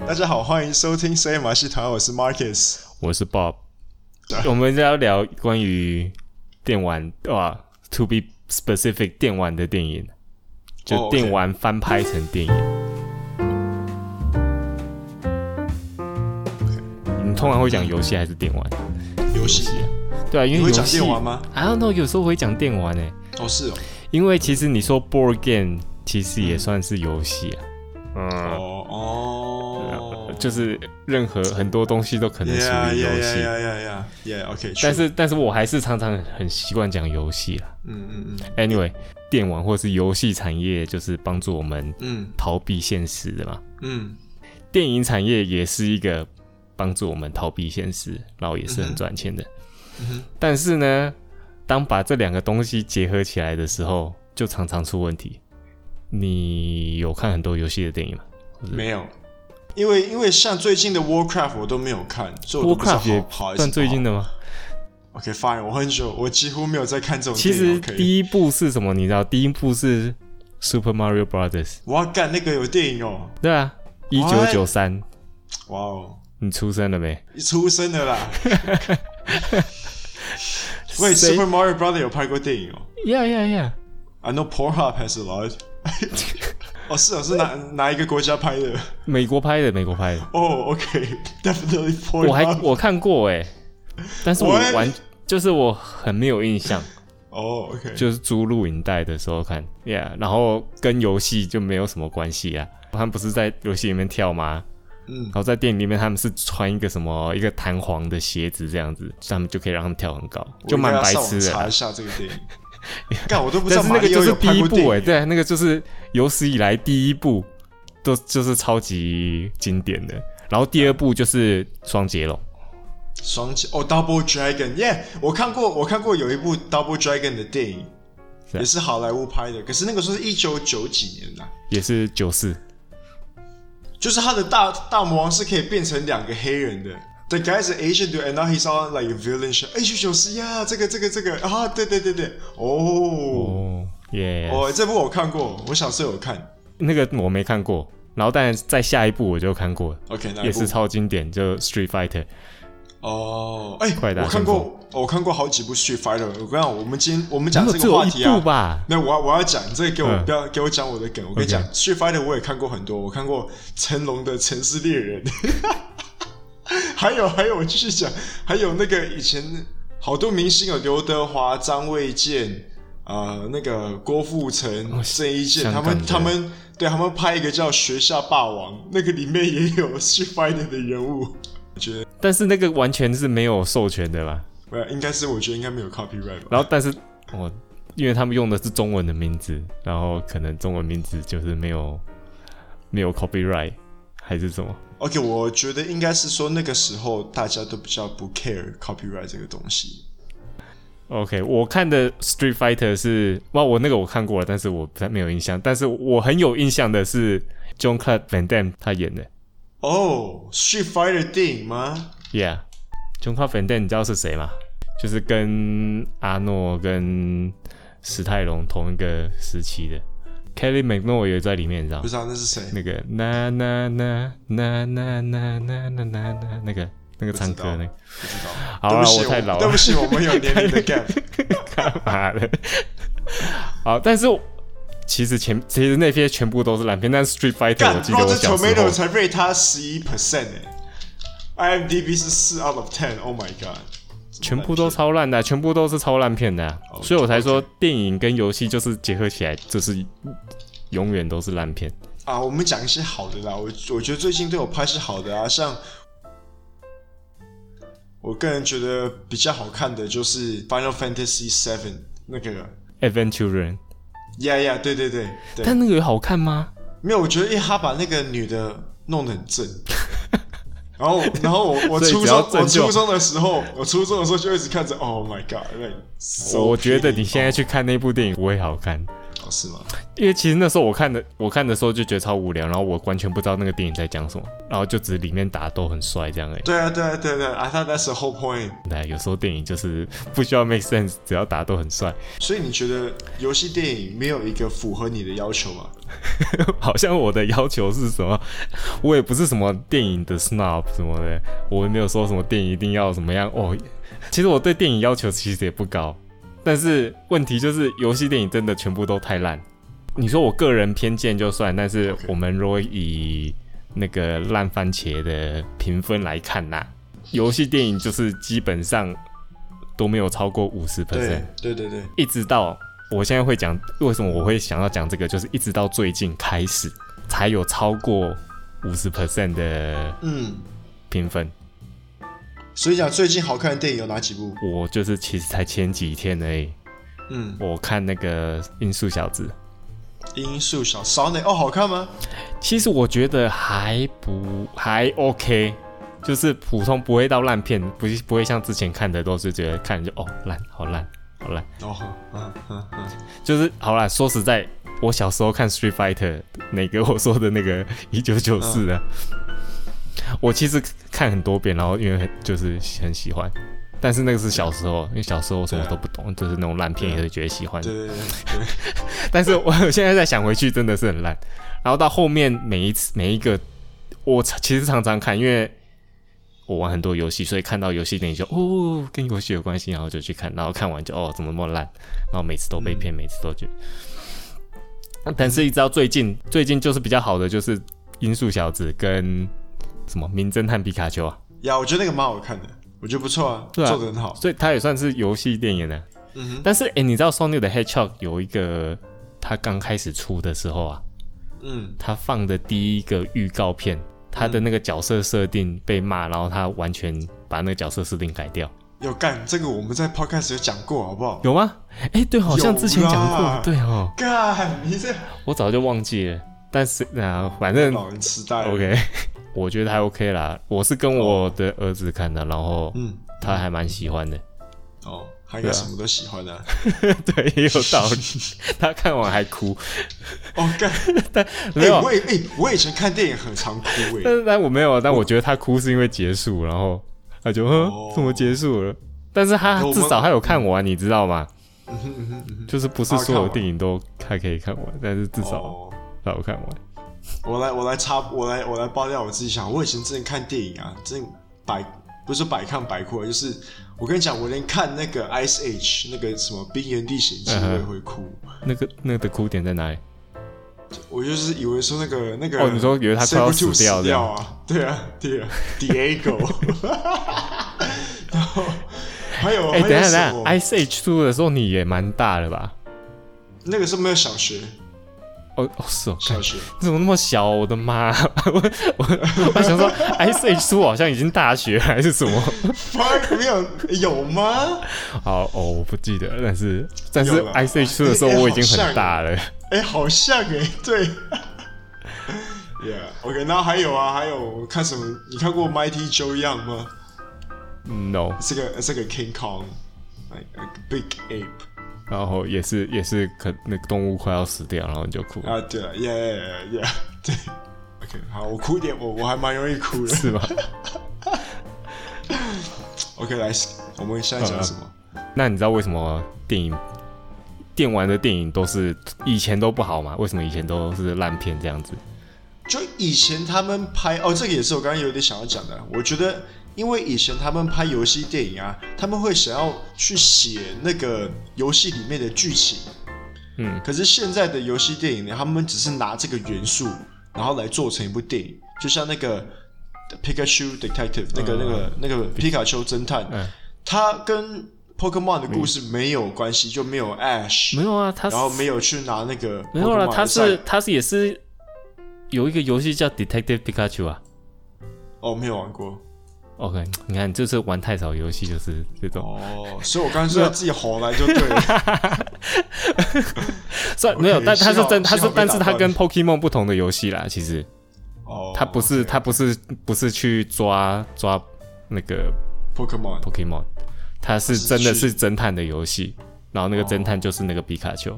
大家好，欢迎收听《深夜马戏团》，我是 Marcus。我是 Bob，对我们要聊关于电玩哇，to be specific 电玩的电影，哦就，OK 电玩翻拍成电影。你通常会讲游戏还是电玩？游戏，对啊，因为你会游讲戏电玩吗？ I don't know，有时候会讲电玩诶、欸哦，是哦，因为其实你说 board game 其实也算是游戏啊。嗯，啊哦哦，就是任何很多东西都可能属 Yeah, 于游 yeah, 戏。 yeah, yeah, yeah, yeah. OK，但是，但是我还是常常很习惯讲游戏啊啦。嗯嗯 Anyway，电玩或是游戏产业就是帮助我们嗯逃避现实的嘛。嗯嗯，电影产业也是一个帮助我们逃避现实，然后也是很赚钱的。嗯哼但是呢，当把这两个东西结合起来的时候，就常常出问题。你有看很多游戏的电影吗没有，嗯因为因为像最近的 Warcraft 我都没有看，所以我都不知道？Warcraft 好也好还是算不最近好的吗？ OK fine，我很久我几乎没有在看这种其电影实 OK 第一部是什么？你知道，第一部是 Super Mario Brothers，我要干那个有电影哦，对啊，一九九三，哇哦，你出生了没？一出生的 啦。喂谁，Super Mario Brother 有拍过电影哦。呀呀呀！ I know Pornhub has a lot 哦，是哦，是哪哪一个国家拍的？美国拍的，美国拍的，哦、o k d e f i n i t e l y 我还 Pornhub。我看过哎、但是我 What？完就是我很没有 印象，哦、o k 就是租录影带的时候看，Yeah，然后跟游戏就没有什么关系啊。他们不是在游戏里面跳吗？嗯然后在电影里面他们是穿一个什么一个弹簧的鞋子这样子，他们就可以让他们跳很高，就蛮白痴的查啦一。下这个电影。干，我都不知 但道是马那个里就奥是有第拍一过电部哎、影。对，那个就是有史以来第一部都就是超级经典的。然后第二部就是双截龙。双截哦，Double Dragon，耶、yeah,！我看过，我看过有一部 Double Dragon 的电影，是啊也是好莱坞拍的，可是那个时候是一九九几年啊呐、也是九四。就是他的大大魔王是可以变成两个黑人的。The guy is an Asian dude, and now he's on like a villain show. 哎，九十呀，这个这个这个啊，对对对对，哦哦，耶、哦，这部我看过，我小时候有看。那个我没看过，然后但在下一部我就看过了， OK，那也一部是超经典，就 Street Fighter。哦，哎，快打我看旋风过，我看过好几部 Street Fighter。我跟你讲，我们今天我们讲没有这只个有话一题啊部，吧？那我要我要讲，你这个给我、嗯不要给我讲我的梗。我跟你讲 OK ，Street Fighter 我也看过很多，我看过成龙的《城市猎人》 还有还有我继续讲，还有那个以前好多明星有刘德华、张卫健，呃，那个郭富城、郑伊健，哦香他港们的他们对他们拍一个叫《学校霸王》，那个里面也有 Street Fighter 的人物。我觉得，但是那个完全是没有授权的啦。呃，应该是我觉得应该没有 copyright 吧。然后但是我因为他们用的是中文的名字，然后可能中文名字就是没有没有 copyright 还是什么？ OK，我觉得应该是说那个时候大家都比较不 care copyright 这个东西。 OK，我看的 Street Fighter 是，哇，我那个我看过了，但是我不太没有印象。但是我很有印象的是 John Claude Van Damme 他演的哦、s t r e e t Fighter 电影吗？ ，Yeah，John Claude Van Damme 你知道是谁吗？就是跟阿诺跟史泰龙同一个时期的，Kelly McNor 也在里面，你知道不吗？知道那是谁，那个na na na na na na na na na na 那个那个唱歌那个，不知道。好对了不，起，我太老了，对不起，我们有年龄的 gap。 干嘛的？好，但是我其实前其实那些全部都是烂片，但是 Street Fighter 我干记得我 Rotten 小 Tomato 时候才 rate 他十一 percent 欸哎，IMDB 是四 out of ten。Oh my god，全部都超烂的啊、全部都是超烂片的啊、 OK，所以我才说电影跟游戏就是结合起来，就是永远都是烂片。啊！我们讲一些好的啦，我我觉得最近都有拍是好的啊，像我个人觉得比较好看的就是《Final Fantasy VII》那个 Adventure， ，Yeah Yeah，对对对对。但那个有好看吗？没有，我觉得因为他把那个女的弄得很 正，然后然后我我所以初只要中我正就初中的时候，我初中的时候就一直看着，Oh my God，like so 我觉得 pretty 你现在去看那部电影不会好看，哦，是吗？因为其实那时候我看的，我看的时候就觉得超无聊，然后我完全不知道那个电影在讲什么，然后就只是里面打斗很帅这样而已。对啊，对啊，对啊对啊，I thought that's the whole point。那有时候电影就是不需要 make sense，只要打斗很帅，所以你觉得游戏电影没有一个符合你的要求吗？ 好像我的要求是什么？我也不是什么电影的 snob 什么的，我也没有说什么电影一定要怎么样哦。其实我对电影要求其实也不高，但是问题就是游戏电影真的全部都太烂。你说我个人偏见就算，但是 OK 我们如果以那个烂番茄的评分来看呐、游戏电影就是基本上都没有超过五十 percent 对。，对对对，一直到我现在会讲为什么我会想要讲这个，就是一直到最近开始才有超过五十 percent 的嗯。评分。所以讲最近好看的电影有哪几部？我就是其实才前几天而已，嗯，我看那个《音速小子》， 《音速小少女》哦，好看吗？其实我觉得还不还 OK，就是普通不会到烂片，不不会像之前看的都是觉得看就哦烂好烂好烂，哦，哎嗯嗯嗯，就是好啦，说实在，我小时候看 Street Fighter 哪个我说的那个一九九四的，嗯我其实看很多遍，然后因为很就是很喜欢。但是那个是小时候，因为小时候我什么都不懂，就是那种烂片也会觉得喜欢。啊对对对对，但是我现在再想回去，真的是很烂。然后到后面每一次每一个，我其实常常看，因为我玩很多游戏，所以看到游戏电影就哦跟游戏有关系，然后就去看，然后看完就哦怎么那么烂，然后每次都被骗，每次都觉嗯得。但是一直到最近，最近就是比较好的，就是《音速小子》跟什么《名侦探皮卡丘》啊，呀，我觉得那个蛮好看的，我觉得不错啊，对啊做的很好。所以它也算是游戏电影呢、嗯哼，但是诶，你知道 Sony 的 Hedgehog 有一个，它刚开始出的时候啊，嗯，他放的第一个预告片，他的那个角色设定被骂，然后他完全把那个角色设定改掉，有干这个我们在 podcast 有讲过，好不好？有吗？哎、对，好像之前讲有啦过，对哦，干，你这我早就忘记了，但是啊、反正老人痴呆。 OK，我 觉得还 OK 啦，我是跟我的儿子看的，然后嗯，他还蛮喜欢的，哦，他应该什么都喜欢啊。对，也有道理， 他看完还哭，哦 干，没哎，有。啊呃我也哎，我以前看电影很常哭但哎。是但我没有，啊但我觉得他哭是因为结束，然后他就哼，怎么结束了？但是他我们至少他有看完，你知道吗？嗯哼嗯哼嗯就是不是所有电影都还可以看完，但是至哼，少哦。让我看完。我来，我来插，我来，我来爆料我自己想，我以前真的看电影啊，真的百不是百看百哭，啊就是我跟你讲，我连看那个 Ice Age 那个什么《冰原历险记》嗯哼我也会哭，那个那个的哭点在哪里？我就是以为说那个那个哦你说以为他快要 Sabertooth 死掉死掉啊，对啊，对啊，Diego，然后还有哎、还等一有下什等一下么？ ，Ice Age 出的时候你也蛮大了吧？那个是没有小学，哎哦哦是哦，看小学你怎么那么小？我的妈！ 我我我想说，Ice Age 出好像已经大学还是什么？ fuck 没有有吗？好哦，我不记得，但是但是有啦 Ice Age 出的时候哎哎我已经好像很大了。哎、好像哎、对。Yeah，OK，、然后还有啊，还有看什么？你看过 Mighty Joe Young 吗？ No，这个这个 King Kong，like a big ape 然后也是也是可那个动物快要死掉，然后你就哭，啊，对了，Yeah，Yeah，对。OK，好，我哭一点，我我还蛮容易哭的。是吗？ OK，来，我们现在讲嗯什么？那你知道为什么电影电玩的电影都是以前都不好吗？为什么以前都是烂片这样子？就以前他们拍哦，这个也是我刚刚有点想要讲的。我觉得，因为以前他们拍游戏电影啊，他们会想要去写那个游戏里面的剧情。嗯，可是现在的游戏电影呢，他们只是拿这个元素，然后来做成一部电影，就像那个 Pikachu Detective 那个、那个那个皮卡丘侦探，嗯它跟 Pokemon 的故事没有关系，就没有 Ash，没有啊，他是然后没有去拿那个没有 Pokemon 了，的他赛是他是也是有一个游戏叫 Detective Pikachu 啊。哦没有玩过 OK，你看，就是玩太少游戏就是这种，哦，所以我刚才说自己吼来就对 了，算没有， 但他是幸好真，幸好他是被但是打他断跟 Pokemon 不同的游戏啦，其实哦，他不是他不是不是去抓抓那个 Pokemon Pokemon，它是是真的去是侦探的游戏，然后那个侦探就是那个皮卡丘，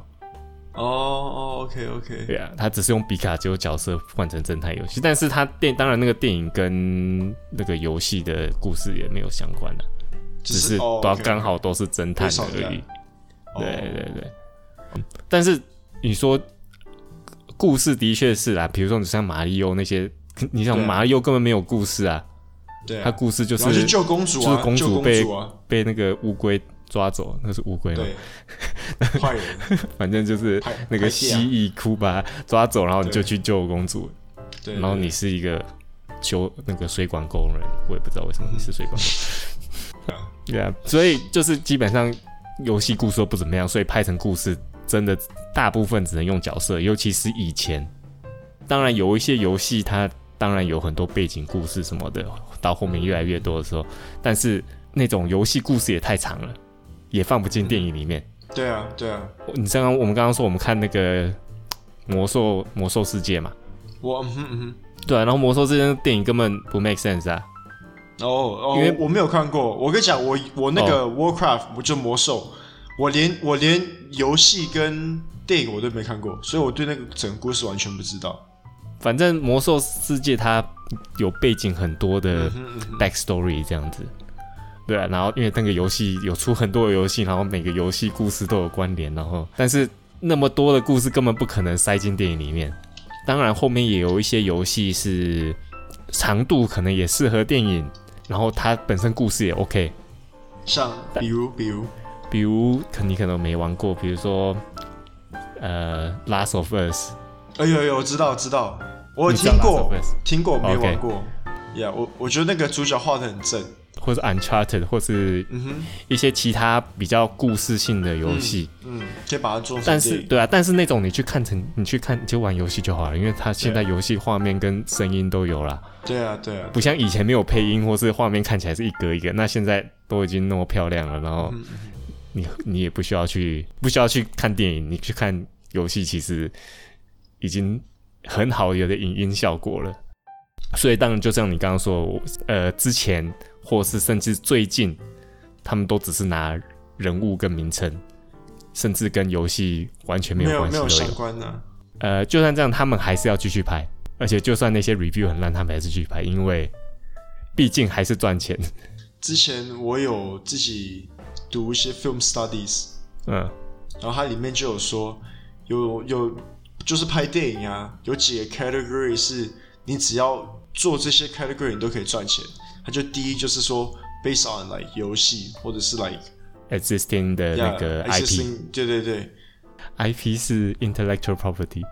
哦哦，OK OK，对啊，他只是用皮卡丘角色换成侦探游戏，但是他电当然那个电影跟那个游戏的故事也没有相关的、只是哦刚 OK，刚好都是侦探会吵架而已。哦对对对，但是你说故事的确是啊，比如说你像马里奥那些， 你想对啊马里奥根本没有故事啊，对啊，他故事就然后去是救公主就是啊，公救主公被主啊，被那个乌龟抓走，那是乌龟吗？对， 坏 人，反正就是拍那个拍戏蜥啊蜴哭把它抓走，然后你对就去救公主，对，然后对你是一个修那个水管工人，我也不知道为什么你是水管 工人。对啊，所以就是基本上游戏故事都不怎么样，所以拍成故事真的大部分只能用角色，尤其是以前。当然有一些游戏它当然有很多背景故事什么的，到后面越来越多的时候，但是那种游戏故事也太长了，也放不进电影里面。对啊对啊，你刚刚我们刚刚说我们看那个嘖魔兽魔兽世界嘛，我嗯哼嗯对啊，然后魔兽世界的电影根本不 make sense 啊，哼，哦哦，因为哦我没有看过，我跟你讲，我我那个 Warcraft 我就魔兽，我连我连游戏跟电影我都没看过，所以我对那个整个故事完全不知道。反正魔兽世界它有背景很多的嗯哼嗯哼， backstory 这样子，对啊，然后因为那个游戏有出很多的游戏，然后每个游戏故事都有关联，然后但是那么多的故事根本不可能塞进电影里面。当然后面也有一些游戏是长度可能也适合电影，然后它本身故事也 OK，像比如比如比如可你可能没玩过，比如说呃《Last of Us》，哎呦呦，我知道我知道，我有你知听道 Last 过 of Us 听过，没 OK 玩过。呀、yeah,，我我觉得那个主角画的很正。或是《Uncharted》，或是嗯哼，一些其他比较故事性的游戏。嗯，可以把它做成但电是，影。对啊，但是那种你去看成，你去看你就玩游戏就好了，因为它现在游戏画面跟声音都有啦，对啊对啊，不像以前没有配音，或是画面看起来是一格一格，那现在都已经那么漂亮了，然后嗯你你也不需要去不需要去看电影，你去看游戏其实已经很好有的影音效果了。所以当然就像你刚刚说，我呃，之前或是甚至最近，他们都只是拿人物跟名称，甚至跟游戏完全没没有关系没有都有。相关啊的、呃，就算这样，他们还是要继续拍，而且就算那些 review 很烂，他们还是继续拍，因为毕竟还是赚钱。 之前我有自己读一些 film studies，嗯，然后它里面就有说，有有就是拍电影啊，有几个 category 是你只要做这些 category 你都可以赚钱。它就第一就是说 based on like 游戏或者是 like existing 的那个 yeah, IP，、 existing- 对对对， IP 是 intellectual property，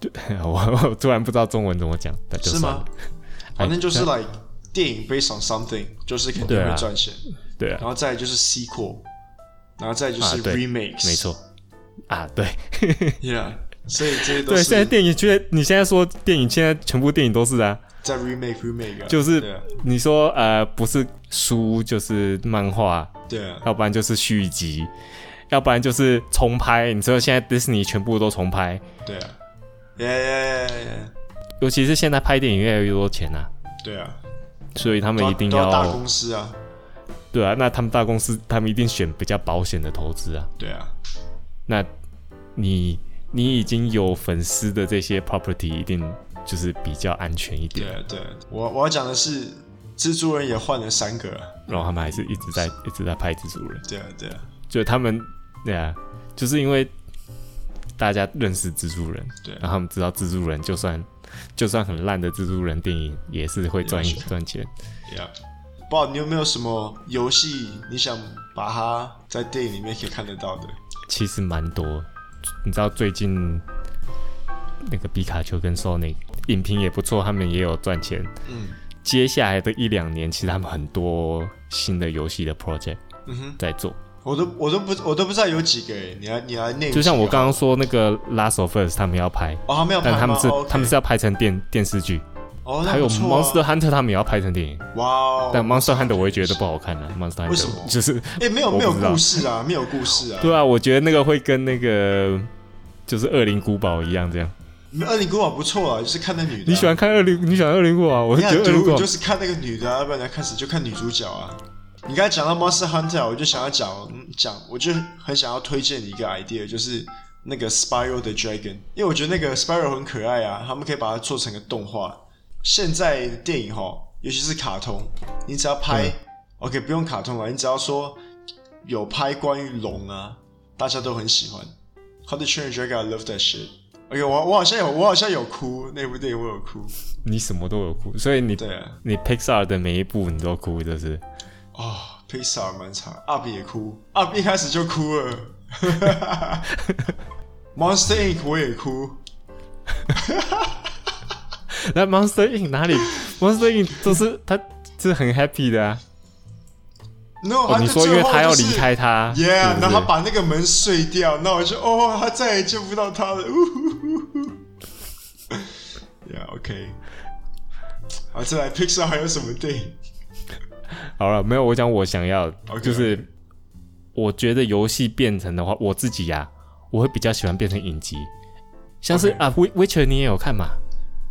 就 我我突然不知道中文怎么讲，那就是算吗了。？反正就是哎 like 电影 based on something，就是肯定对啊会赚钱。对然啊，后再来就是 sequel，然后再来就啊是对 remakes，没错啊，对，Yeah，所以这些都对，是现在电影觉得你现在说电影，现在全部电影都是啊，在 remake remake，啊就是对啊你说呃不是书就是漫画，对啊，要不然就是续集，要不然就是重拍。你知道现在 Disney 全部都重拍，对啊，Yeah yeah yeah yeah，尤其是现在拍电影越来越多钱啊，对啊，所以他们一定都要大公司啊，对啊，那他们大公司他们一定选比较保险的投资啊。对啊，那你你已经有粉丝的这些 property，一定就是比较安全一对点。啊对啊，我我要讲的是蜘蛛人也换了三个啊，然后他们还是一直在一直在拍蜘蛛人，对啊对啊就他们对啊，就是因为大家认识蜘蛛人，对啊然后他们知道蜘蛛人就算就算很烂的蜘蛛人电影也是会赚也是赚钱。 ，Yeah。不知道你有没有什么游戏你想把它在电影里面可以看得到的？其实蛮多。你知道最近那个皮卡丘跟 Sonic 影评也不错，他们也有赚钱。嗯接下来的一两年，其实他们很多新的游戏的 project 嗯哼，在做，我都我都不我都不知道有几个诶，你来你来念几个好了，就像我刚刚说那个《Last of Us》，他们要拍，啊哦，他们要拍但吗他们是哦，OK 他们是要拍成电电视剧，哦，那还有不《错啊 Monster Hunter》，他们也要拍成电影。哇哦，但《Monster Hunter》我也觉得不好看啊，《Monster 为什么 Hunter》就是哎，没有我不没有知道故事啊，没有故事啊。对啊，我觉得那个会跟那个就是《恶灵古堡》一样这样。二零古堡不错啊，就是看那女的啊。你喜欢看《恶灵》？你喜欢《恶灵古啊堡》？我你觉看？得《恶灵古就堡就》是看那个女的啊，要不然你要看谁就看女主角啊。你刚才讲到 Monster Hunter，我就想要讲嗯讲，我就很想要推荐你一个 idea，就是那个 Spiral 的 Dragon，因为我觉得那个 Spiral 很可爱啊，他们可以把它做成个动画。现在电影哈，尤其是卡通，你只要拍、嗯 OK，不用卡通啊了，你只要说有拍关于龙啊，大家都很喜欢。How to Train Your Dragon, I love that shit。OK，我我好像有我好像有哭那部电影，我有哭。你什么都有哭，所以你对啊，你 Pixar 的每一部你都哭，就是哦，Pixar 蛮惨，UP 也哭，UP 一开始就哭了。Monster Inc 我也哭，那 Monster Inc 哪里 Monster Inc 都是他是很 happy 的啊。 no，、哦，他你的最说后因为他要就离是开他，Yeah，是不然后他是把那个门碎掉，那我就哦，他再也见不到他了。呜呼呼呼 Yeah，OK、好，再来 Pixar 还有什么电影？好了，没有，我讲我想要 OK，就是我觉得游戏变成的话，我自己呀、我会比较喜欢变成影集，像是 OK 啊，《威威权》你也有看嘛？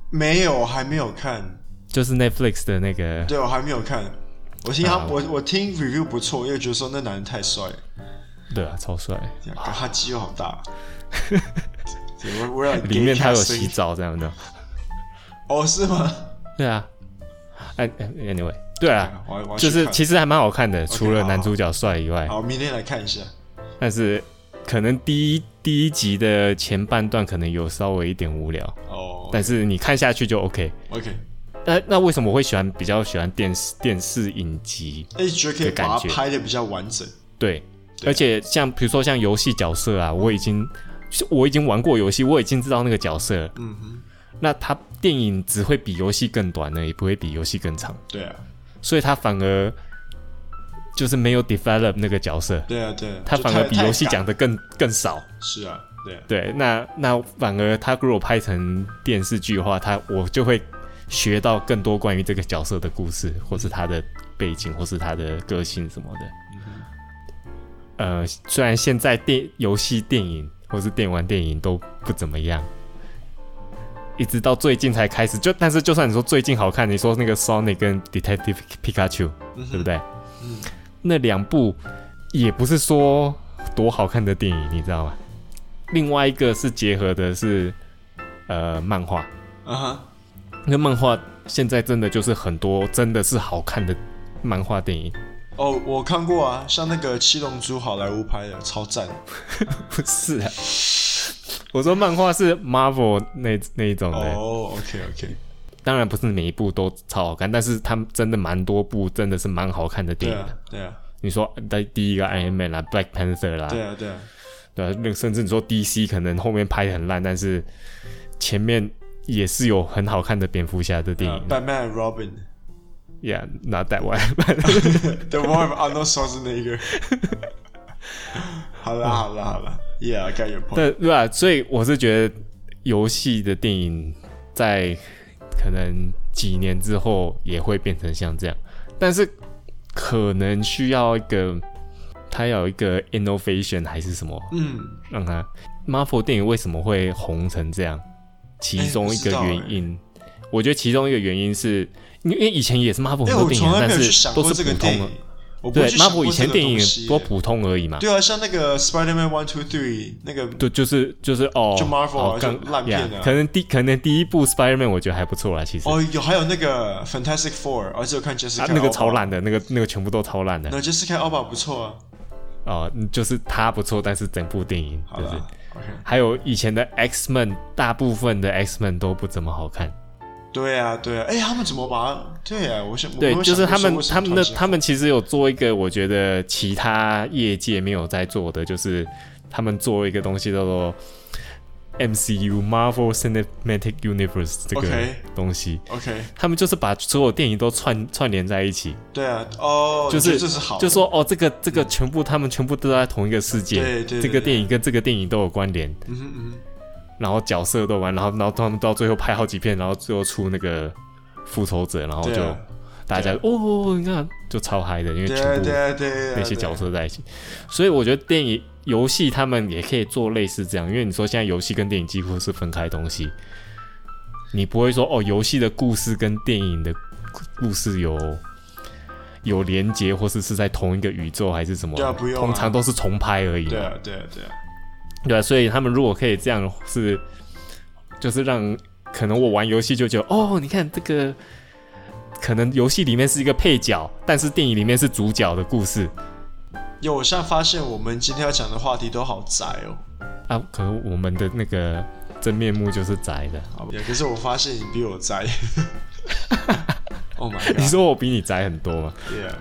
没有，还没有看。就是 Netflix 的那个，对，我还没有看。我听他，啊我我听 review 不错，因为觉得说那男人太帅了，对啊，超帅，呀他肌肉好 大。对我我有里面他有洗澡这样的，哦，是吗？对啊，哎、哎 anyway，对啊，哎我要我要就去是看其实还蛮好看的，除了好男主角帅以外，好，明天来看一下。但是可能第一第一集的前半段可能有稍微一点无聊，哦但是你看下去就 OK。 ，OK，那那为什么我会喜欢比较喜欢电视电视影集？那你哎觉得可以的感把它觉拍的比较完整？对，对而且像比如说像游戏角色啊，我已经我已经玩过游戏，我已经知道那个角色了。嗯哼，那它电影只会比游戏更短呢，也不会比游戏更长，对啊，所以它反而就是没有 develop 那个角色，对啊，对啊，它就反太而比游戏太赶讲的更更少。是啊，对啊，对，那那反而它如果拍成电视剧的话，它我就会学到更多关于这个角色的故事，或是他的背景，或是他的个性什么的。呃，虽然现在电游戏、电影或是电玩电影都不怎么样，一直到最近才开始。就但是就算你说最近好看，你说那个 Sonic 跟 Detective Pikachu，、对不对？那两部也不是说多好看的电影，你知道吗？另外一个是结合的是呃漫画，啊哈，那漫画现在真的就是很多真的是好看的漫画电影， 哦，我看过啊，像那个《七龙珠》好莱坞拍的，超赞。不是啊？我说漫画是 Marvel 那那一种的，哦，OK，OK，当然不是每一部都超好看，但是他们真的蛮多部真的是蛮好看的电对影的。啊，对啊，你说第第一个 Iron Man 啦，Black Panther 啦，对啊，对啊，对啊，那甚至你说 DC 可能后面拍的很烂，但是前面也是有很好看的蝙蝠侠的电啊影。 ，Batman and Robin。 Yeah，那带完。 The one with Arnold Schwarzenegger 好啦好啦好啦，Yeah, I got your point. 对对吧？所以我是觉得游戏的电影在可能几年之后也会变成像这样，但是可能需要一个它要有一个 innovation 还是什么，嗯，让它 Marvel 电影为什么会红成这样？其中一哎不个知道原因，我觉得其中一个原因是，因为以前也是 Marvel 因为很哎多我电从影，啊来但没有去是想都过这是个普电通的影。，我不会对去想过，Marvel 以前这个电影东西多耶普通而已嘛。对啊，像那个 Spider-Man One Two Three 那个对，就是就是哦，就 Marvel 啊好就刚烂片啊 yeah，可能第可能第一部 Spider-Man 我觉得还不错啦，其实、哦，有还有那个 Fantastic Four，而且我看 Jessica 啊那个 Alba 超，烂的，那个那个全部都超烂的那 Jessica Alba 不错啊。哦，嗯就是它不错，但是整部电影好就是了，OK，还有以前的 X Men，大部分的 X Men 都不怎么好看。对啊对啊，哎，他们怎么把它？对啊，我想我对没，有就想是过他说们为什么他们的团结他们其实有做一个，我觉得其他业界没有在做的，就是他们做一个东西叫做 MCU Marvel Cinematic Universe 这个 OK 东西。 OK，他们就是把所有电影都串串联在一起，对啊，哦，就你觉是得这是好，就说哦，这个这个全部他们全部都在同一个世界，对对对这个电影跟这个电影都有关联，嗯哼嗯哼，然后角色都玩，然后然后他们到最后拍好几片，然后最后出那个复仇者，然后对就、啊大家、哦，你看就超嗨的，因为对全啊部对啊对啊，那些对啊角色在一起，所以我觉得电影游戏他们也可以做类似这样，因为你说现在游戏跟电影几乎是分开东西，你不会说哦，游戏的故事跟电影的故事有有连接，或是是在同一个宇宙还是什么，对啊不用啊通常都是重拍而已嘛。对啊，对啊，对啊，对啊，所以他们如果可以这样是，就是让可能我玩游戏就觉得哦，你看这个，可能游戏里面是一个配角，但是电影里面是主角的故事有，我现在发现我们今天要讲的话题都好宅哦。啊。可能我们的那个真面目就是宅的。好吧，可是我发现你比我宅。oh my god！ 你说我比你宅很多吗？ ，Yeah，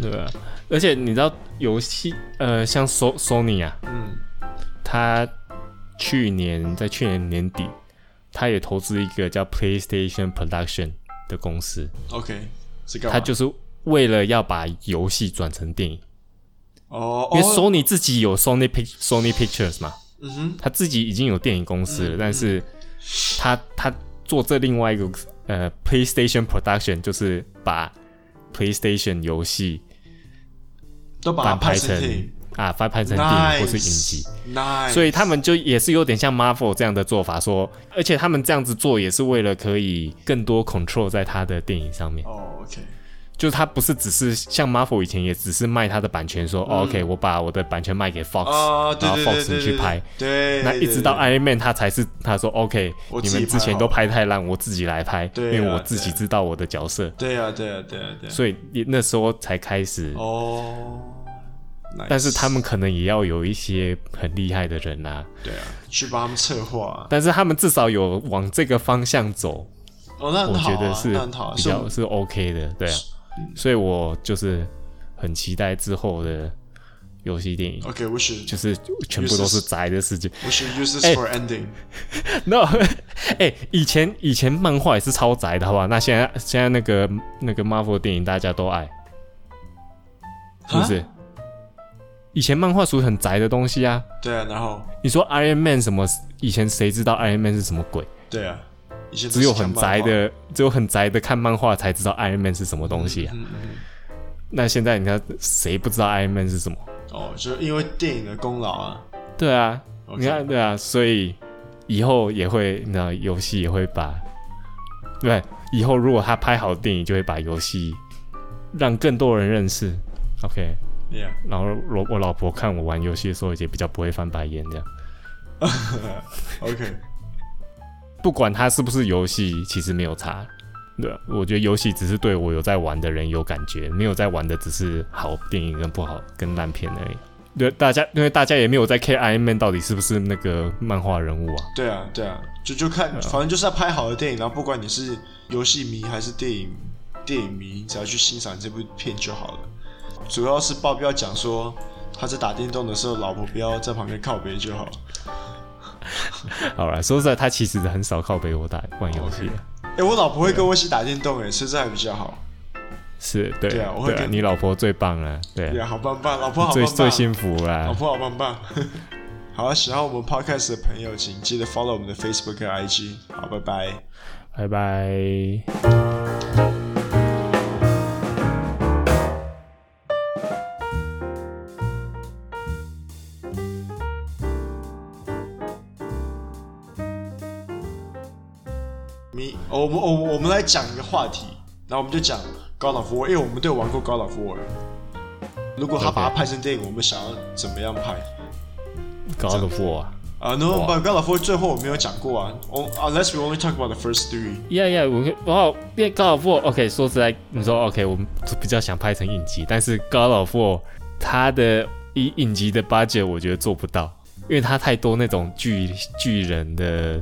对啊。而且你知道游戏呃，像 So Sony 啊，嗯，他去年在去年年底，他也投资一个叫 PlayStation Production 的公司， OK，是干嘛？他就是为了要把游戏转成电影，哦，因为哦 Sony 自己有 Sony Pic Sony Pictures 嘛，嗯哼，他自己已经有电影公司嗯了，但是他他做这另外一个呃 PlayStation Production 就是把 PlayStation 游戏都把它翻拍成成电影啊翻拍成电影或是影集。 ，Nice，所以他们就也是有点像 Marvel 这样的做法说而且他们这样子做也是为了可以更多 control 在他的电影上面，哦，OK，就是他不是只是像 Marvel 以前也只是卖他的版权说、哦 OK 我把我的版权卖给 Fox，、啊，嗯对然后对 Fox 对你去对拍，，对，那一直到对 Iron Man 他才是他说 OK 我你自己们拍之前都好拍太烂，我自己来拍，对啊因为我自己知道我的角色，对啊，对啊，对啊，对啊，所以那时候才开始。哦。nice 但是他们可能也要有一些很厉害的人啊，对啊，去帮他们策划啊、但是他们至少有往这个方向走，哦，那我很好、觉啊，得是那很好、啊，比是我较们是 OK 的，对啊，所以我就是很期待之后的游戏电影， OK。We should 就是全部都是宅的世界。 we should use this 哎 for ending、 No，哎、 以前以前漫画也是超宅的，好吧？那现在现在那个那个 Marvel 的电影大家都爱，啊是不是？以前漫画属于很宅的东西啊。对啊，然后你说 Iron Man 什么？以前谁知道 Iron Man 是什么鬼？对啊，以前都只有是看很漫画宅，的，只有很宅的看漫画才知道 Iron Man 是什么东西啊。嗯嗯那现在你看，谁不知道 Iron Man 是什么？嗯哦，就是因为电影的功劳啊。对啊 OK 你看，对啊，所以以后也会，你知道，游戏也会把，对，以后如果他拍好电影，就会把游戏让更多人认识。OK， Yeah，然后我我老婆看我玩游戏的时候，也比较不会翻白眼，这样。 OK，不管它是不是游戏，其实没有差。对啊，我觉得游戏只是对我有在玩的人有感觉，没有在玩的只是好电影跟不好跟烂片而已。对，大家因为大家也没有在 K I Man 到底是不是那个漫画人物啊。对啊，对啊，就就看，嗯反正就是要拍好的电影，然后不管你是游戏迷还是电影电影迷，只要去欣赏这部片就好了。主要是鲍比要讲说，他在打电动的时候，老婆不要在旁边靠边就好。好了，说实在，他其实很少靠北我打玩游戏 OK 的，哎、我老婆会跟我一起打电动、哎，所以这还比较好。是对对啊我会啊跟你老婆最棒了，对对啊，啊，好棒棒，老婆好棒最棒，最幸福啊啦老。婆好棒棒。 好啊，喜欢我们 podcast 的朋友，请记得 follow 我们的 Facebook 和 IG。好，拜拜。拜拜。你，哦我们我我们来讲一个话题，然后我们就讲《God of War》，因为我们都有玩过《God of War》。如果他 OK 把它拍成电影，我们想要怎么样拍？高的破啊啊、n o 把《God of War》最后我没有讲过啊。On, unless we only talk about the first three，呀呀，我哦，变高尔夫。OK，说实在，你说 OK，我们比较想拍成影集，但是高尔夫他的以影集的 budget，我觉得做不到，因为他太多那种巨巨人的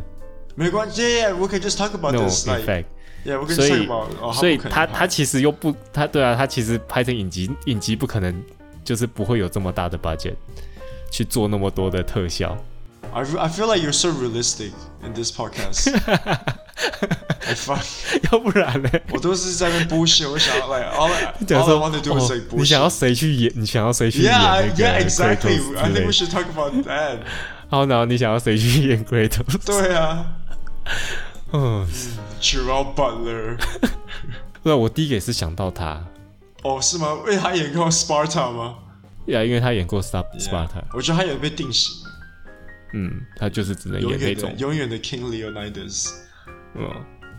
没关系，Yeah，we can just talk 那 about 种 this。Like, effect， yeah，we can 所 just talk 以 about 哦。所以不可能他拍他其实又不他对啊，他其实拍成影集，影集不可能就是不会有这么大的 budget 去做那么多的特效。 I, f- I feel like you're so realistic in this podcast. I fuck，要不然呢？我都是在那边 bullshit，我想要 like all I, 假 all I 设 want to do is 哦 like bullshit。你想要谁去演？你想要谁去演 Yeah, 啊那 yeah, 个 exactly. Kratos I think 之类 we should talk about that. 好，然后你想要谁去演 Kratos？ 对啊嗯， ，Gerald Butler。对，我第一个也是想到他，哦，是吗？因为 Oh, 他演过 Sparta 吗呀，因为他演过 Star Yeah， Sparta，我觉得他有被定型，嗯，他就是只能永演那远的种，永远的 King Leonidas。嗯，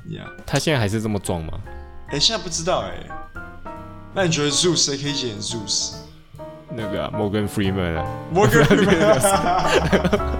Yeah，他现在还是这么壮吗？ 哎，现在不知道哎。那你觉得 Zeus 谁可以演 Zeus？那个、啊、Morgan Freeman 啊，摩根变成